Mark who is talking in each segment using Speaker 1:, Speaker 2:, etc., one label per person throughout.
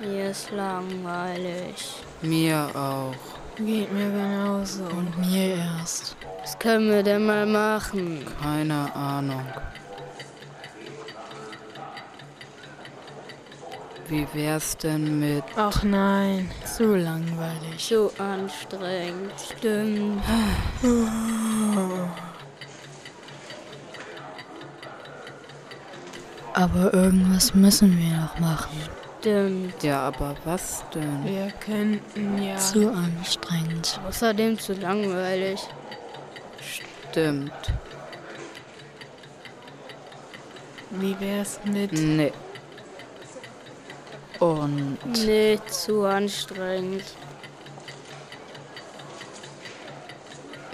Speaker 1: Mir ist langweilig.
Speaker 2: Mir auch.
Speaker 3: Geht mir genauso. Und mir erst.
Speaker 1: Was können wir denn mal machen?
Speaker 2: Keine Ahnung. Wie wär's denn mit...
Speaker 3: Ach nein, zu langweilig.
Speaker 1: Zu anstrengend. Stimmt.
Speaker 3: Aber irgendwas müssen wir noch machen.
Speaker 1: Stimmt.
Speaker 2: Ja, aber was denn?
Speaker 4: Wir könnten ja.
Speaker 3: Zu anstrengend.
Speaker 1: Außerdem zu langweilig.
Speaker 2: Stimmt.
Speaker 4: Wie wär's mit.
Speaker 3: Mm.
Speaker 2: Nee. Und
Speaker 1: Nee, zu anstrengend.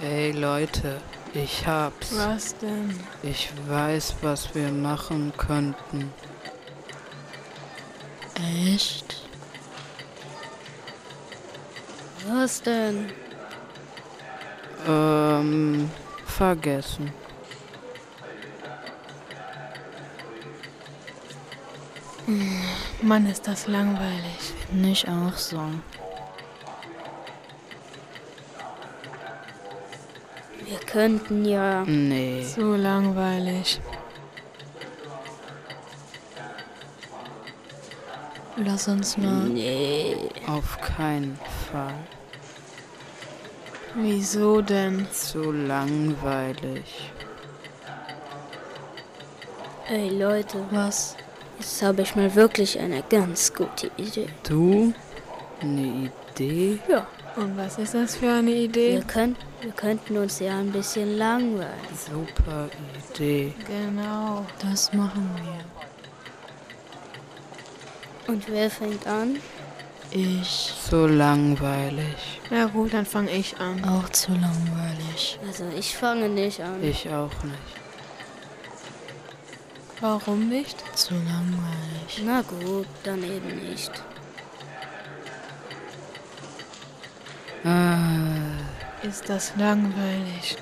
Speaker 2: ey Leute, ich hab's.
Speaker 4: Was denn?
Speaker 2: Ich weiß, was wir machen könnten.
Speaker 3: Echt?
Speaker 1: Was denn?
Speaker 2: Ähm, vergessen.
Speaker 4: Mann, ist das langweilig.
Speaker 3: Nicht auch so.
Speaker 1: Wir könnten ja.
Speaker 2: Nee.
Speaker 4: So langweilig.
Speaker 3: Lass uns mal.
Speaker 1: Nee.
Speaker 2: Auf keinen Fall.
Speaker 4: Wieso denn?
Speaker 2: Zu langweilig.
Speaker 1: Ey Leute,
Speaker 3: Was?
Speaker 1: jetzt habe ich mal wirklich eine ganz gute Idee.
Speaker 2: Du? Eine Idee?
Speaker 1: Ja.
Speaker 4: Und was ist das für eine
Speaker 1: Wir,
Speaker 4: Idee?
Speaker 1: könnt, wir könnten uns ja ein bisschen langweilen.
Speaker 2: Super Idee.
Speaker 4: Genau.
Speaker 3: Das machen wir.
Speaker 1: Und wer fängt an?
Speaker 3: Ich.
Speaker 2: So langweilig.
Speaker 4: Na gut, dann fange ich an.
Speaker 3: Auch zu langweilig.
Speaker 1: Also ich fange nicht an.
Speaker 2: Ich auch nicht.
Speaker 4: Warum nicht?
Speaker 3: Zu langweilig.
Speaker 1: Na gut, dann eben nicht.
Speaker 2: Ah,
Speaker 4: Ist das langweilig?